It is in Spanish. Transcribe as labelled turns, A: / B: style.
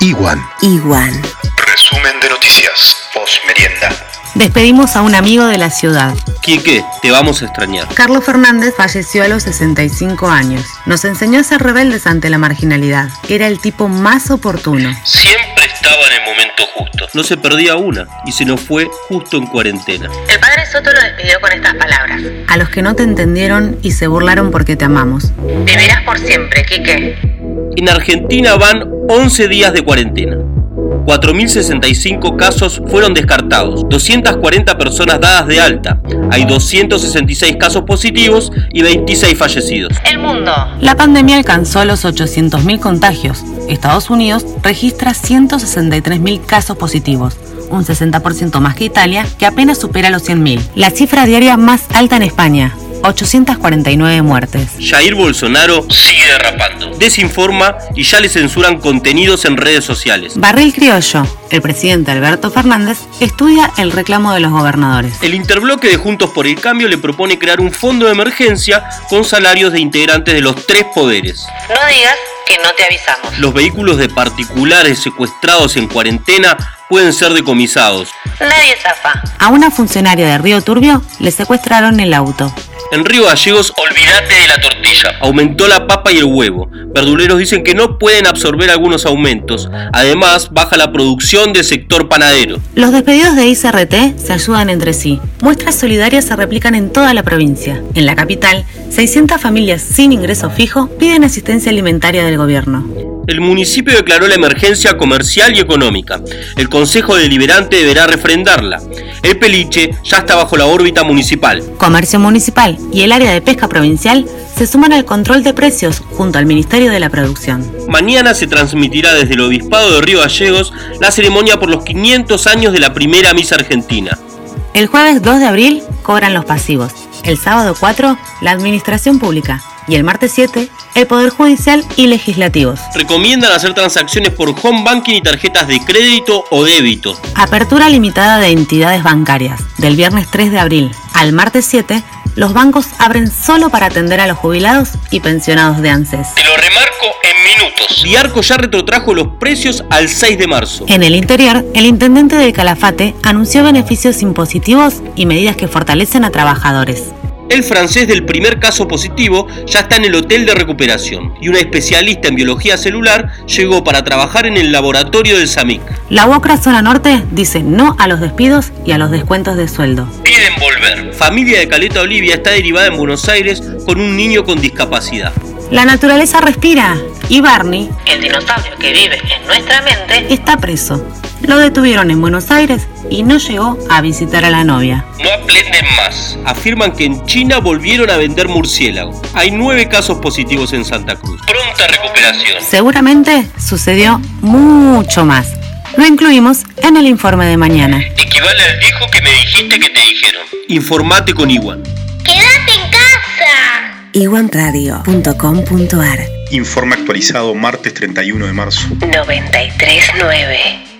A: Iguan.
B: Iguan.
C: Resumen de noticias. Post merienda.
D: Despedimos a un amigo de la ciudad.
E: Quique, te vamos a extrañar.
D: Carlos Fernández falleció a los 65 años. Nos enseñó a ser rebeldes ante la marginalidad. Era el tipo más oportuno.
E: Siempre estaba en el momento justo. No se perdía una y se nos fue justo en cuarentena.
F: El padre Soto lo despidió con estas palabras.
D: A los que no te entendieron y se burlaron porque te amamos.
F: Vivirás por siempre, Quique.
E: En Argentina van 11 días de cuarentena. 4.065 casos fueron descartados, 240 personas dadas de alta, hay 266 casos positivos y 26 fallecidos.
F: El mundo.
D: La pandemia alcanzó los 800.000 contagios. Estados Unidos registra 163.000 casos positivos, un 60% más que Italia, que apenas supera los 100.000. La cifra diaria más alta en España, 849 muertes.
E: Jair Bolsonaro sigue derrapando, desinforma y ya le censuran contenidos en redes sociales.
D: Barril Criollo, el presidente Alberto Fernández, estudia el reclamo de los gobernadores.
E: El interbloque de Juntos por el Cambio le propone crear un fondo de emergencia con salarios de integrantes de los tres poderes.
F: No digas que no te avisamos.
E: Los vehículos de particulares secuestrados en cuarentena pueden ser decomisados.
F: Nadie zafa.
D: A una funcionaria de Río Turbio le secuestraron el auto.
E: En Río Gallegos, olvídate de la tortilla. Aumentó la papa y el huevo. Verduleros dicen que no pueden absorber algunos aumentos. Además, baja la producción del sector panadero.
D: Los despedidos de ICRT se ayudan entre sí. Muestras solidarias se replican en toda la provincia. En la capital, 600 familias sin ingreso fijo piden asistencia alimentaria del gobierno.
E: El municipio declaró la emergencia comercial y económica. El Consejo Deliberante deberá refrendarla. El Peliche ya está bajo la órbita municipal.
D: Comercio Municipal y el área de pesca provincial se suman al control de precios junto al Ministerio de la Producción.
E: Mañana se transmitirá desde el Obispado de Río Gallegos la ceremonia por los 500 años de la primera misa argentina.
D: El jueves 2 de abril cobran los pasivos. El sábado 4, la Administración Pública y el martes 7 el Poder Judicial y Legislativos.
E: Recomiendan hacer transacciones por home banking y tarjetas de crédito o débito.
D: Apertura limitada de entidades bancarias. Del viernes 3 de abril al martes 7, los bancos abren solo para atender a los jubilados y pensionados de ANSES.
E: Te lo remarco en minutos. Diarco ya retrotrajo los precios al 6 de marzo.
D: En el interior, el intendente de Calafate anunció beneficios impositivos y medidas que fortalecen a trabajadores.
E: El francés del primer caso positivo ya está en el hotel de recuperación y una especialista en biología celular llegó para trabajar en el laboratorio del SAMIC.
D: La UOCRA Zona Norte dice no a los despidos y a los descuentos de sueldo.
E: Piden volver. Familia de Caleta Olivia está derivada en Buenos Aires con un niño con discapacidad.
D: La naturaleza respira y Barney,
F: el dinosaurio que vive en nuestra mente,
D: está preso. Lo detuvieron en Buenos Aires y no llegó a visitar a la novia.
E: No aprenden más. Afirman que en China volvieron a vender murciélago. Hay nueve casos positivos en Santa Cruz. Pronta recuperación.
D: Seguramente sucedió mucho más. Lo incluimos en el informe de mañana.
E: Equivale al viejo que me dijiste que te dijeron. Informate con Iwan.
G: ¡Quédate en casa!
B: Iguanradio.com.ar
C: Informe actualizado martes 31 de marzo.
F: 939.